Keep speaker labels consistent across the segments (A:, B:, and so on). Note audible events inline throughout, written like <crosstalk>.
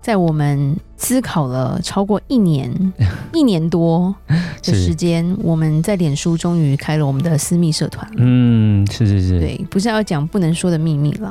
A: 在我们思考了超过
B: <laughs>
A: 一年、一年多的时
B: 是，
A: 间，我们在脸书终于开了我们的私密社团。
B: 嗯，是是是，
A: 对，不是要讲不能说的秘密
B: <laughs>
A: 了。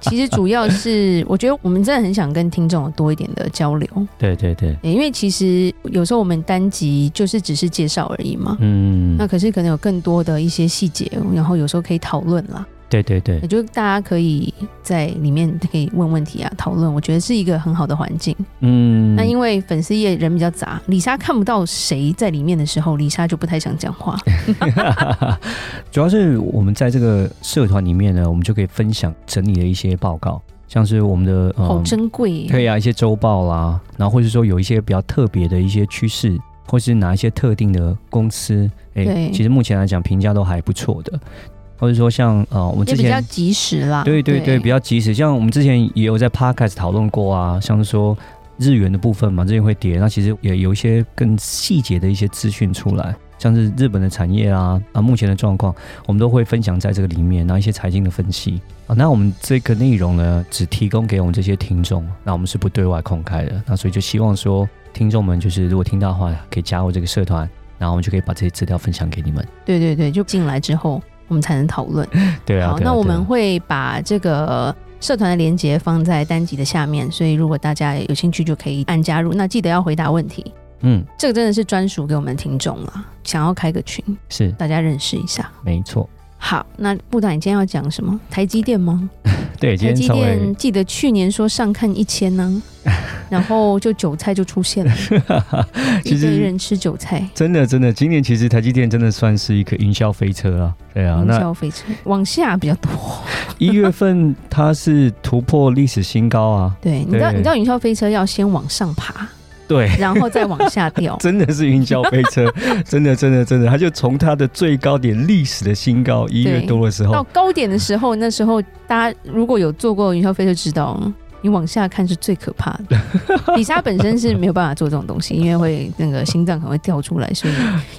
A: 其实主要是，我觉得我们真的很想跟听众有多一点的交流，
B: 对对对，
A: 因为其实有时候我们单集就是只是介绍而已嘛。
B: 嗯
A: 那，可是可能有更多的一些细节，然后有时候可以讨论啦。
B: 对对对
A: 也，就是大家可以在里面可以问问题啊，讨论，我觉得是一个很好的环境。
B: 嗯，
A: 那因为 <laughs> 粉丝页人比较杂，李莎看不到谁在里面的时候，李莎就不太想讲话。
B: <laughs> 主要是我们在这个社团里面呢，我们就可以分享整理的一些报告，像是我们的
A: 好
B: 嗯，
A: 珍贵，
B: 对啊，一些周报啦，然后或是说有一些比较特别的一些趋势，或是哪一些特定的公司，哎、
A: 对
B: 其实目前来讲评价都还不错的，或者说像呃，我们
A: 也
B: 之
A: 比较
B: 前。
A: 及时啦。
B: 对对对，比较及时。像我们之前也有在 podcast 讨论过啊，像是说日元的部分嘛，日元会跌，那其实也有一些更细节的一些资讯出来，像是日本的产业啊啊目前的状况，我们都会分享在这个里面，然后一些财经的分析啊。那我们这个内容呢，只提供给我们这些听众，那我们是不对外公开的，那所以就希望说听众们就是如果听到的话，可以加入这个社团，然后我们就可以把这些资料分享给你们。
A: 对对对，就进来之后我们才能讨论。
B: 对啊，
A: 好，
B: 对啊
A: 那我
B: 对啊
A: 们会把这个社团的连接放在单集的下面，所以如果大家有兴趣就可以按加入。那记得要回答问题。
B: 嗯
A: 这个真的是专属给我们听众了，想要开个群，
B: 是
A: 大家认识一下。
B: 没错，
A: 好，那布达，你今天要讲什么？台积电吗？
B: 对，今天
A: 台积
B: 稍微。
A: 电记得去年说上看一
B: <laughs>
A: 千呢、然后就韭菜就出现了，一
B: 其实
A: 堆人吃韭菜，
B: <laughs> 真的，真的，今年其实台积电真的算是一个云霄飞车了。对啊，
A: 营
B: 那
A: 消费车往下比较多。
B: 一月份它是突破历史新高啊，
A: 对，你知道
B: 对
A: 你知道云霄飞车要先往上爬，
B: 对，。
A: 然后再往下掉
B: <laughs> 真的是云霄飞车，真的，真的，真的，它就从它的最高点历史的新高一月多的时
A: 到
B: 候，
A: 高点的时候，那时候大家如果有坐过云霄飞车，知道你往下看是最可怕的。李莎本身是没有办法做这种东西，因为会那个心脏可能会跳出来，所以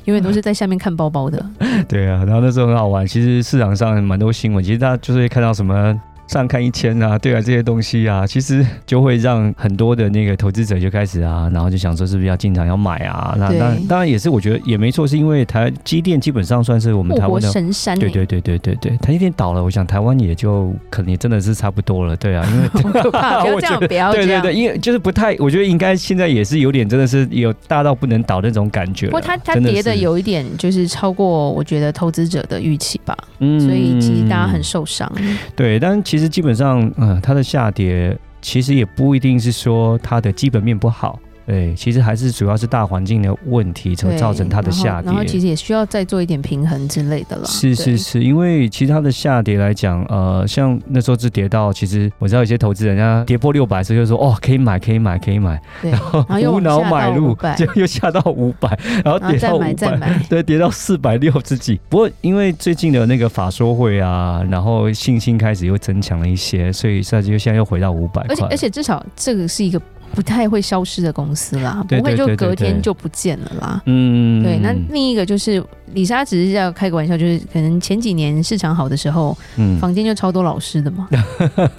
A: 永远都是在下面看包
B: <laughs>
A: 包的。
B: 对啊，然后那时候很好玩。其实市场上蛮多新闻，其实大家就是会看到什么。上看一千啊，对啊，这些东西啊，其实就会让很多的那个投资者就开始啊，然后就想说是不是要进场要买啊？那
A: 对
B: 当然当然也是，我觉得也没错，是因为台积电基本上算是我们
A: 护
B: 台
A: 国
B: 湾的
A: 神山、欸，
B: 对对对对对对，台积电倒了，我想台湾也就可能也真的是差不多了，对啊，因为
A: <laughs> 好可怕！ <laughs> 不要
B: <laughs> 我
A: 这
B: 觉
A: 样，
B: 得
A: 不要
B: 对
A: 这
B: 对
A: 样。
B: 对，因为就是不太，我觉得应该现在也是有点真的是有大到不能倒那种感觉了。
A: 不过它它
B: 真
A: 跌
B: 是
A: 的，有一点就是超过我觉得投资者的预期吧，
B: 嗯
A: 所以其实大家很受伤。
B: 对，但其实基本上，嗯、它的下跌其实也不一定是说它的基本面不好。对，其实还是主要是大环境的问题，才
A: 对
B: 造成它的下跌
A: 然后，然后其实也需要再做一点平衡之类的啦。
B: 是
A: 对
B: 是是，因为其实它的下跌来讲，呃，像那时候是跌到，其实我知道有些投资人家跌破六百，所以就说哦，可以买，可以买，可以买，
A: 对，
B: 然后
A: 然后又
B: 无
A: 往
B: 脑
A: 下
B: 买
A: 到
B: 入
A: 500，
B: 就又下到五百，然后
A: 然后
B: 跌
A: 再
B: <laughs> 到五
A: 买再
B: 百。
A: 买。
B: 对，跌到四百六十几。不过因为最近的那个法说会啊，然后信心开始又增强了一些，所以下就现在又回到五百
A: 而且
B: 块。
A: 而且至少这个是一个不太会消失的公司啦，
B: 对
A: 不会
B: 对
A: 就
B: 对
A: 隔
B: 对
A: 天
B: 对
A: 就不见了啦。
B: 嗯，
A: 对，那另一个就是李莎只是要开个玩笑，就是可能前几年市场好的时候，
B: 嗯
A: 房间就超多老师的嘛。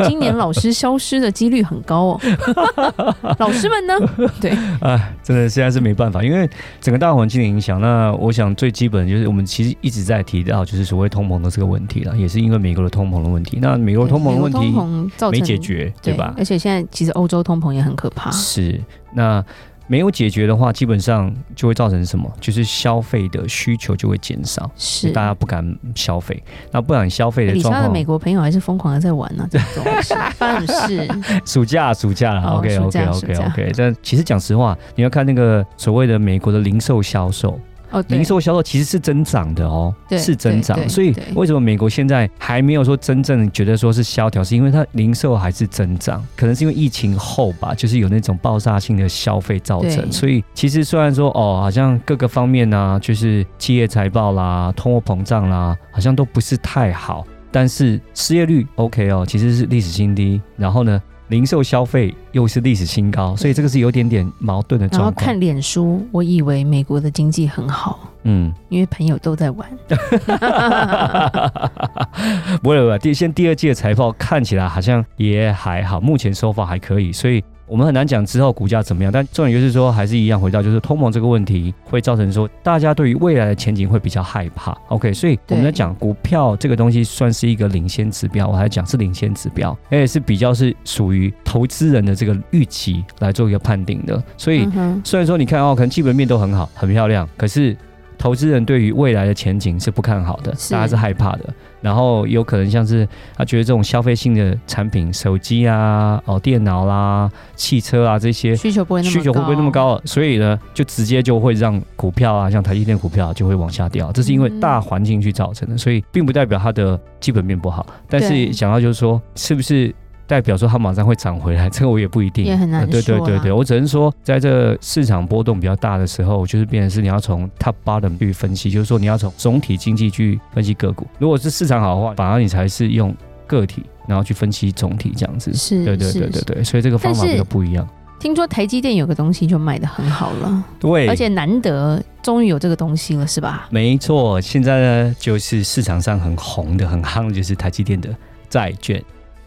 A: 今年老师消失的几率很高
B: <laughs>
A: 哦，老师们呢？
B: <laughs> 哎，真的现在是没办法，因为整个大环境的影响。那我想最基本就是我们其实一直在提到，就是所谓通膨的这个问题了，也是因为美国的通膨的问题。那美国通膨
A: 美
B: 的
A: 国
B: 问
A: 通
B: 题
A: 膨造
B: 没
A: 成
B: 解，决，对吧？
A: 而且现在其实欧洲通膨也很可怕，
B: 是，那没有解决的话，基本上就会造成什么？就是消费的需求就会减少，
A: 是哎
B: 大家不敢消费。那不敢消费的
A: 李
B: 状
A: 莎的美
B: 况，
A: 国朋友还是疯狂的在玩呢、啊，这种东西发生什么事？
B: <laughs> 暑假暑假啦
A: 哦
B: OK
A: 暑
B: OK
A: 假暑
B: OK
A: 假
B: OK。但其实讲实话，你要看那个所谓的美国的零售销售，
A: 哦，对
B: 零售销售其实是增长的哦，
A: 对
B: 是增
A: 对
B: 长。
A: 对
B: 所以
A: 对
B: 为什么美国现在还没有说真正觉得说是萧条，是因为它零售还是增长，可能是因为疫情后吧，就是有那种爆炸性的消费造成。
A: 对
B: 所以其实虽然说哦，好像各个方面呢、啊就是企业财报啦、通货膨胀啦，好像都不是太好，但是失业率 OK 哦，其实是历史新低。然后呢？零售消费又是历史新高，所以这个是有点点矛盾的
A: 然后
B: 状况。
A: 看脸书，我以为美国的经济很好，
B: 嗯，
A: 因为朋友都
B: <laughs>
A: 在玩。
B: 不会不会，第先第二季的财报看起来好像也还好，目前收法还可以，所以我们很难讲之后股价怎么样。但重点就是说，还是一样回到就是通膨这个问题，会造成说大家对于未来的前景会比较害怕。OK，所以我们在讲股票这个东西算是一个领先指标，我还讲是领先指标，而且是比较是属于投资人的这个预期来做一个判定的，所以。
A: 嗯哼
B: 虽然说你看哦，可能基本面都很好，很漂亮，可是投资人对于未来的前景是不看好的，
A: 是
B: 大家是害怕的。然后有可能像是他觉得这种消费性的产品，手机啊、哦电脑啦、汽车啊这些
A: 需求不会那么
B: 需求会不会那么？高？啊所以呢，就直接就会让股票啊，像台积电股票啊就会往下掉，这是因为
A: 嗯
B: 大环境去造成的，所以并不代表它的基本面不好。但是
A: 对
B: 想到就是说，是不是？代表说它马上会涨回来，这个我也不一定，
A: 也很难
B: 呃对对
A: 说
B: 对
A: 啦
B: 对，我只能说，在这市场波动比较大的时候，就是变成是你要从 top bottom 去分析，就是说你要从总体经济去分析个股。如果是市场好的话，反而你才是用个体，然后去分析总体这样子。
A: 是，
B: 对对
A: 是
B: 对对
A: 是
B: 对，所以这个方法
A: 但是
B: 比较不一样。
A: 听说台积电有个东西就卖的很好了，
B: 对，
A: 而且难得终于有这个东西了，是吧？
B: 没错，现在呢就是市场上很红的、很夯的，就是台积电的债券。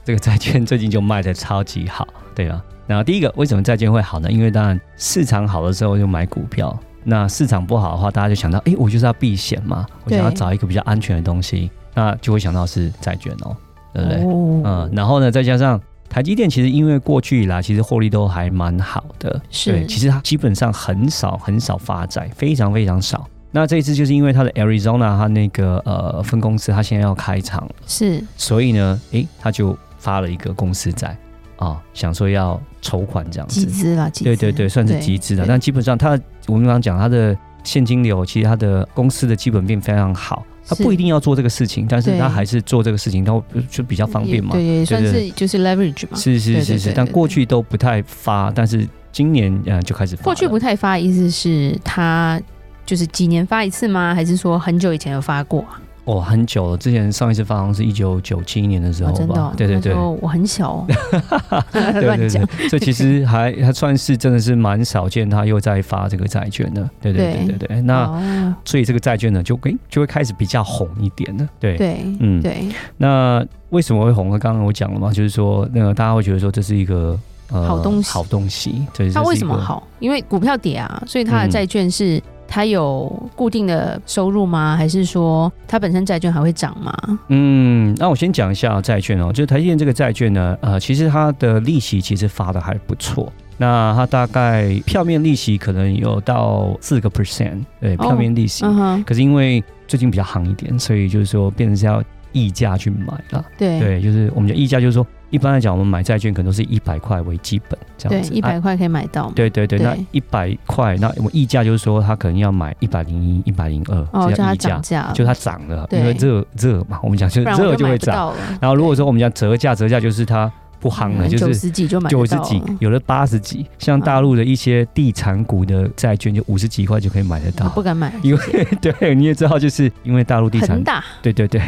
B: 这个债券最近就卖的超级好，对吧？然后第一个，为什么债券会好呢？因为当然市场好的时候就买股票，那市场不好的话，大家就想到，诶，我就是要避险嘛，我想要
A: 对
B: 找一个比较安全的东西，那就会想到是债券哦，对不对？
A: 哦
B: 嗯，然后呢，再加上台积电，其实因为过去以来，其实获利都还蛮好的，
A: 是
B: 对，其实它基本上很少很少发债，非常非常少。那这一次就是因为它的 Arizona 它那个呃分公司，它现在要开厂了，
A: 是
B: 所以呢，诶，它就发了一个公司债啊、想说要筹款这样
A: 集
B: 子。
A: 资啦，集资
B: 对对对，算是集资的。
A: 对
B: 但基本上它的，我们刚刚讲它的现金流，其实它的公司的基本面非常好。它
A: 是
B: 不一定要做这个事情，但是
A: 对
B: 它还是做这个事情，它会就比较方便嘛。
A: 对，也算
B: 对
A: 是就是 leverage 嘛。
B: 是是
A: 对
B: 是
A: 对
B: 是，
A: 对
B: 但
A: 对
B: 过去都不太发，但是今年呃就开始发了。
A: 过去不太发，意思是它就是几年发一次吗？还是说很久以前有发过啊？
B: 哦很久了，之前上一次发好像是一九九七年的时候
A: 哦真的
B: 吧
A: 哦，，
B: 对对对
A: 那时。候我很小
B: <laughs>
A: 哦， <laughs>
B: 对
A: 乱
B: 对
A: 讲。
B: 对，所以其实还还算是真的是蛮少见，他又在发这个债券的，对对对
A: 对
B: 对对。那
A: 哦
B: 所以这个债券呢，就诶就会开始比较红一点了，对。
A: 对
B: 嗯
A: 对，
B: 那为什么会红？刚刚我讲了嘛，就是说那个大家会觉得说这是一个呃
A: 好东西
B: 好东西，对。
A: 它
B: 这是
A: 为
B: 一
A: 什么
B: 个？
A: 好？因为股票跌啊，所以它的
B: 嗯
A: 债券是它有固定的收入吗？还是说它本身债券还会涨吗？
B: 嗯，那我先讲一下债券哦，就是台积电这个债券呢，呃，其实它的利息其实发的还不错。那它大概票面利息可能有到四个 percent，对，
A: 哦
B: 票面利息。
A: 嗯哼，
B: 可是因为最近比较行一点，所以就是说变成是要溢价去买啦。
A: 对
B: 对，就是我们讲溢价，就是说一般来讲，我们买债券可能都是一百块为基本这样
A: 对，
B: 子。
A: 一百
B: 啊。
A: 块可以买到嘛？
B: 对对对，
A: 对
B: 那一百块，那我溢价就是说，它可能要买一百零一、一百零二，
A: 哦，
B: 这
A: 就
B: 叫
A: 它
B: 溢价
A: 涨，价了，
B: 就它涨了，
A: 对
B: 因为热热嘛，我们讲就
A: 不
B: 是
A: 然
B: 热
A: 我
B: 就
A: 买
B: 会
A: 不
B: 涨。
A: 到了。嗯
B: 然后如果说我们讲折价，折价就是它不夯了，就
A: 九
B: 是
A: 十几就买
B: 九
A: 不
B: 十
A: 到
B: 几
A: 了，
B: 有的八十几，像大陆的一些地产股的债券就五十几块就可以买得
A: 我
B: 到
A: 嗯不。敢买，
B: 因为 <laughs> 对，你也知道，就是因为大陆地产
A: 很，大，
B: <laughs> 对对对，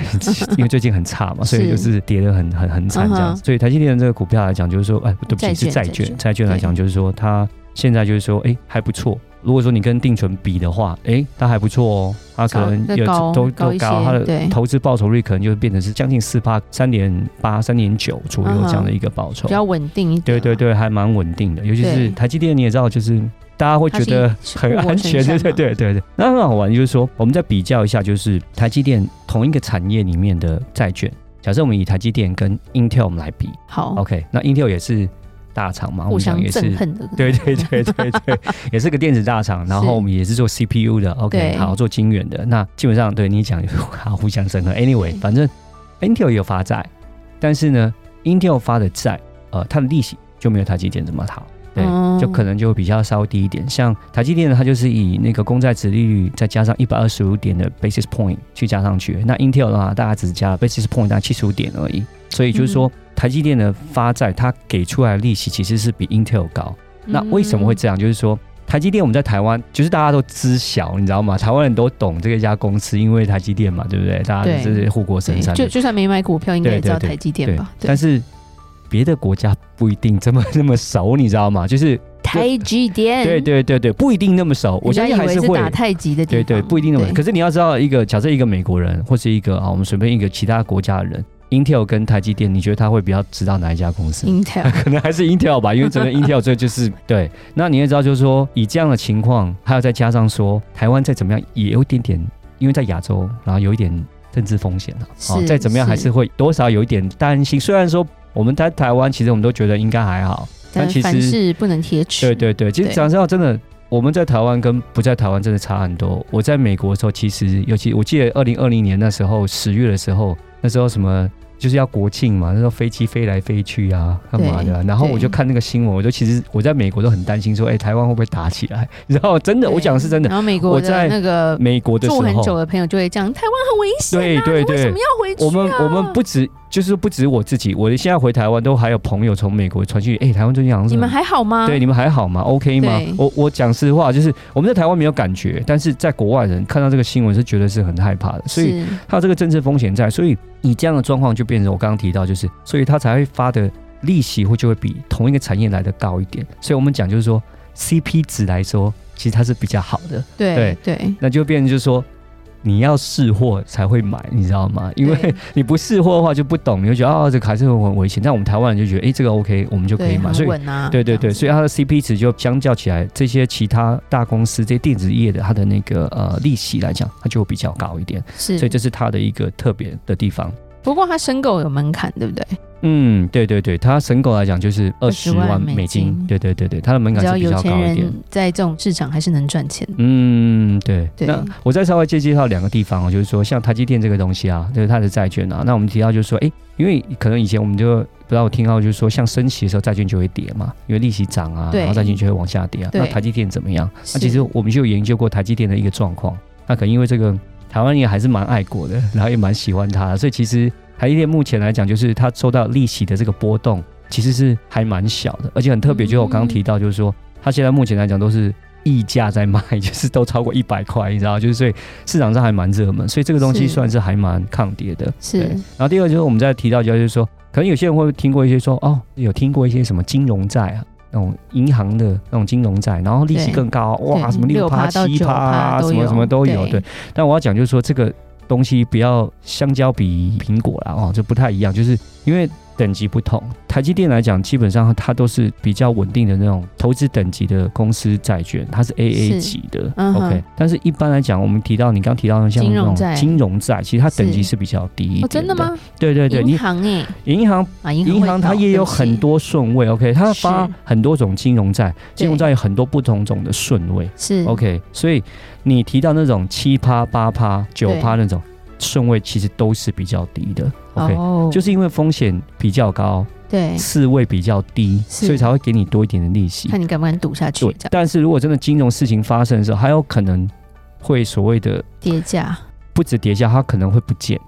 B: 因为最近很差嘛，所以
A: 是
B: 就是跌得很很很惨这样
A: 嗯
B: 子。所以台积电这个股票来讲，就是说，哎，对不起，
A: 债
B: 是债
A: 券债
B: 券，
A: 券
B: 债券来讲就是说，它现在就是说，哎，还不错。如果说你跟定存比的话，哎，它还不错哦，它可能
A: 高
B: 有
A: 高
B: 都
A: 高
B: 都
A: 一些
B: 高，它的
A: 对
B: 投资报酬率可能就变成是将近四八、三点八、三点九左右
A: 嗯哼
B: 这样的一个报酬
A: 比。较稳定一点
B: 对
A: 啊。
B: 对对，还蛮稳定的，尤其是
A: 对
B: 台积电，你也知道，就是大家会觉得
A: 它是
B: 很
A: 护国
B: 安 <laughs> 全，对对
A: 神山嘛
B: 对对对。那很好玩，就是说我们再比较一下，就是台积电同一个产业里面的债券，假设我们以台积电跟 Intel 我们来比
A: 好，
B: ，OK，那 Intel 也是大厂嘛，我
A: 互
B: 们讲
A: 相
B: 也是
A: 憎恨 <laughs> 的，
B: 对对对对对，也是个电子大厂，然后我们也是做 CPU 的，OK，
A: 对
B: 好做晶圆的。那基本上对你讲，好互相整合。Anyway，反正 Intel 也有发债，但是呢，Intel 发的债，呃，它的利息就没有台积电这么好。对，
A: 哦
B: 就可能就比较稍微低一点。像台积电呢，它就是以那个公债值利率再加上一百二十五点的 basis point 去加上去。那 Intel 的话，大概只加了 basis point 大概七十五点而已。所以就是
A: 嗯
B: 说，台积电的发债，它给出来的利息其实是比 Intel 高。那为什么
A: 嗯
B: 会这样？就是说，台积电我们在台湾就是大家都知晓，你知道吗？台湾人都懂这家公司，因为台积电嘛，对不对？大家就
A: 对
B: 是护国神山
A: 对
B: 的。
A: 就就算没买股票，应该也知道台积电
B: 对
A: 吧？，
B: 但是别的国家不一定这么 <laughs> 那么熟，你知道吗？就是
A: 台积电，
B: 对对对对，不一定那么熟。我
A: 哎人
B: 相
A: 家
B: 信还
A: 以为
B: 会。
A: 打太极的
B: 对
A: 地方，
B: 对，不一定那么
A: 对。
B: 可是你要知道，一个假设一个美国人或是一个啊，我们随便一个其他国家的人，Intel 跟台积电，你觉得他会比较知道哪一家公司？<laughs>
A: Intel
B: 可能还是 Intel 吧，因为整个 Intel 这就是对。那你也知道，就是说以这样的情况，还有再加上说台湾再怎么样也有一点点，因为在亚洲，然后有一点政治风险啊，
A: 是
B: 再怎么样
A: 是
B: 还是会多少有一点担心。虽然说我们在台湾，其实我们都觉得应该还好，但
A: 但
B: 其实
A: 凡事不能贴齿，
B: 对对对，其实
A: 对
B: 讲实话，真的。我们在台湾跟不在台湾真的差很多。我在美国的时候，其实尤其我记得二零二零年那时候十月的时候，那时候什么就是要国庆嘛，那时候飞机飞来飞去啊，干嘛的啊、
A: 对
B: 然后我就
A: 对
B: 看那个新闻，我就其实我在美国都很担心说，哎、台湾会不会打起来？然后真的，
A: 对
B: 我讲的是真的，
A: 然后美国
B: 我在
A: 的那个
B: 美国的时
A: 住很久
B: 候，
A: 的朋友就会讲，台湾很危险
B: 对
A: 啊，
B: 对
A: 为什
B: 对
A: 么要回去啊？
B: 我们我们不止就是不止我自己，我现在回台湾都还有朋友从美国传去，哎、台湾最近好像是很
A: 你们还好吗？
B: 对，你们还好吗？OK 吗
A: 啊对？
B: 我我讲实话，就是我们在台湾没有感觉，但是在国外人看到这个新闻是觉得是很害怕的，所以
A: 是
B: 它有这个政治风险在，所以以这样的状况就变成我刚刚提到，就是所以它才会发的利息会就会比同一个产业来的高一点，所以我们讲就是说 CP 值来说，其实它是比较好的，
A: 对对，
B: 那就变成就是说。你要试货才会买，你知道吗？因为
A: 对
B: <laughs> 你不试货的话就不懂，你就觉得啊、这个还是很危险。但我们台湾人就觉得，哎、这个 OK，我们就可以
A: 对
B: 买。所
A: 很
B: 以
A: 稳啊，
B: 对对
A: 这
B: 对，
A: 样子
B: 所以它的 CP 值就相较起来，这些其他大公司、这些电子业的它的那个呃利息来讲，它就会比较高一点，
A: 是
B: 所以这是它的一个特别的地方。
A: 不过它申购有门槛，对不对？
B: 嗯，对对对，它申购来讲就是二十
A: 20
B: 万
A: 万
B: 美
A: 美
B: 金
A: 金，
B: 对对对对，它的门槛
A: 只要
B: 是比
A: 有
B: 较
A: 钱
B: 高一点。
A: 人在这种市场还是能赚钱。
B: 嗯，对。
A: 对
B: 那我再稍微介介绍两个地方哦，就是说像台积电这个东西啊，就是它的债券啊。那我们提到就是说，哎，因为可能以前我们就不知道我听到就是说，像升息的时候债券就会跌嘛，因为利息涨啊，
A: 对
B: 然后债券就会往下跌啊。
A: 对
B: 那台积电怎么样？那
A: 是
B: 其实我们就有研究过台积电的一个状况。那可能因为这个台湾也还是蛮爱国的， <laughs> 然后也蛮喜欢它，所以其实台积电目前来讲，就是它受到利息的这个波动其实是还蛮小的，而且很特别，就是我刚刚提到，就是说它现在目前来讲都是溢价在卖， <laughs> 就是都超过一百块，你知道，就是所以市场上还蛮热门，所以这个东西
A: 是
B: 算是还蛮抗跌的。对
A: 是哦
B: 然后第二个就是我们在提到，就是说，可能有些人会听过一些说，哦，有听过一些什么金融债啊。那种银行的那种金融债，然后利息
A: 对
B: 更高，啊哇，
A: 对
B: 什么六趴、
A: 6%到
B: 七趴啊，什
A: 9%都
B: 么
A: 有
B: 什么都有。
A: 对
B: 对，但我要讲就是说，这个东西不要香蕉比苹果啦，哦，这不太一样，就是因为等级不同。台积电来讲，基本上它都是比较稳定的那种投资等级的公司债券，它是 AA
A: 是
B: 级的、
A: 嗯哼
B: OK。但是一般来讲，我们提到你刚提到的像
A: 金
B: 那
A: 融
B: 种
A: 债
B: 金融债，其实它等级
A: 是
B: 是比较低一点
A: 哦，真的？吗？
B: 对对对，
A: 银
B: 你
A: 行哎
B: 银行
A: 啊，银行
B: 银
A: 会
B: 行它
A: 倒
B: 也有
A: 对不起
B: 很多顺位，OK，它发
A: 是
B: 很多种金融债，金融
A: 对嗯
B: 债有很多不同种的顺位
A: 是
B: ，OK，所以你提到那种七趴、八趴、九趴那种顺位，其实都是比较低的，OK，
A: 哦，
B: 就是因为风险比较高，
A: 对，
B: 次位比较低，
A: 是
B: 所以才会给你多一点的利息。
A: 看你敢不敢赌下去
B: 对
A: 这，样
B: 但是如果真的金融事情发生的时候，还有可能会所谓的
A: 跌价
B: 不止跌价，它可能会不见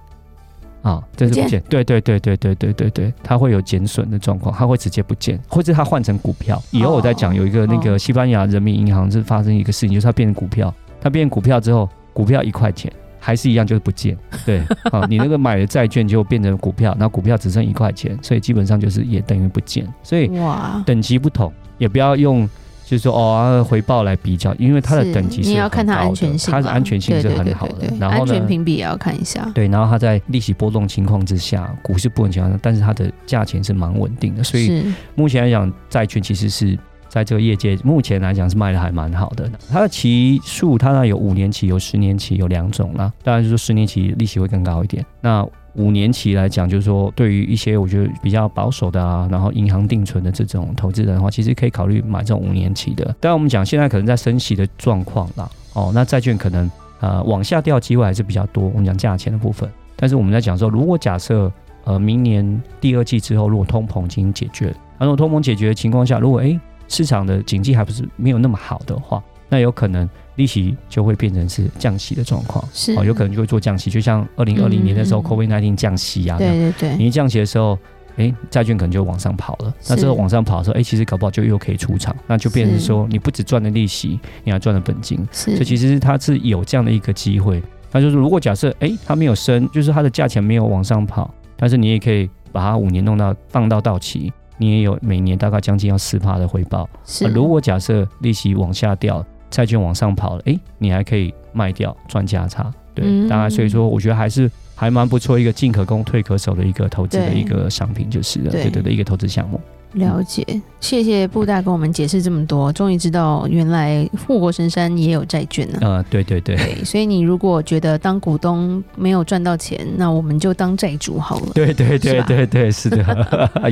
B: 啊，这是不
A: 不见
B: 见，对对对对对对对对，它会有减损的状况，它会直接不见，或者它换成股票。以后我再讲，
A: 哦
B: 有一个那个
A: 哦
B: 西班牙人民银行是发生一个事情，就是它变成股票，它变成股票之后，股票一块钱。还是一样，就是不见。对，
A: <laughs>
B: 啊，你那个买的债券就变成股票，那股票只剩一块钱，所以基本上就是也等于不见。所以
A: 哇。
B: 等级不同，也不要用就是说哦、啊回报来比较，因为它的
A: 是
B: 等级是
A: 你也要
B: 很
A: 看它
B: 高
A: 安
B: 的
A: 全性嘛，
B: 它的安全性
A: 对
B: 是
A: 对
B: 很
A: 对
B: 好的
A: 对对。
B: 然后
A: 安
B: 呢
A: 全，评比也要看一下，
B: 对，然后它在利息波动情况之下，股市波动情况下，但是它的价钱是蛮稳定的，所以
A: 是
B: 目前来讲，债券其实是。在这个业界，目前来讲是卖的还蛮好的。它的期数，它那有五年期、有十年期，有两种啦。当然就是说十年期利息会更高一点。那五年期来讲，就是说对于一些我觉得比较保守的啊，然后银行定存的这种投资人的话，其实可以考虑买这种五年期的。当然我们讲现在可能在升息的状况啦，哦，那债券可能呃往下掉机会还是比较多。我们讲价钱的部分，但是我们在讲说，如果假设呃明年第二季之后，如果通膨已经解决了，那如果通膨解决的情况下，如果诶市场的经济还不是没有那么好的话，那有可能利息就会变成是降息的状况，
A: 是
B: 哦，有可能就会做降息，就像二零二零年的时候
A: 嗯嗯
B: COVID 1 9降息啊，
A: 对对对，
B: 你一降息的时候。诶，债券可能就往上跑了。那
A: 是
B: 这个往上跑的时候，诶，其实搞不好就又可以出场，那就变成
A: 是
B: 说，你不只赚了利息，你还赚了本金。
A: 是
B: 所以其实它是有这样的一个机会。那就是如果假设诶它没有升，就是它的价钱没有往上跑，但是你也可以把它五年弄到放到到期，你也有每年大概将近要十趴的回报。
A: 是
B: 那啊呃如果假设利息往下掉，债券往上跑了，诶，你还可以卖掉赚价差。对，
A: 嗯
B: 当然，所以说我觉得还是还蛮不错一个进可攻退可守的一个投资的
A: 对
B: 一个商品，就是了，
A: 对
B: 对对的一个投资
A: <laughs>
B: 项目。
A: 了解，谢谢布大跟我们解释这么多，终于知道原来护国神山也有债券呢、
B: 呃，对对 <laughs> 对。
A: 对，所以你如果觉得当股东没有赚到钱，那我们就当债主好了。
B: 对对
A: 是
B: 对
A: 吧
B: 对对，是的，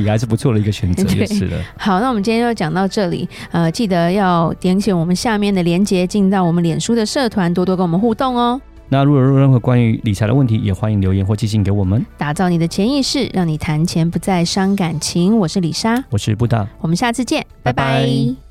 B: <laughs> 也还是不错的一个选择，
A: <laughs> 对
B: 就是了。
A: 好，那我们今天就讲到这里。呃，记得要点选我们下面的链接，进到我们脸书的社团，多多跟我们互动哦。
B: 那如果有任何关于理财的问题，也欢迎留言或寄信给我们。
A: 打造你的潜意识，让你谈钱不再伤感情。我是李莎，
B: 我是布大，
A: 我们下次见，拜
B: 拜
A: 拜
B: 拜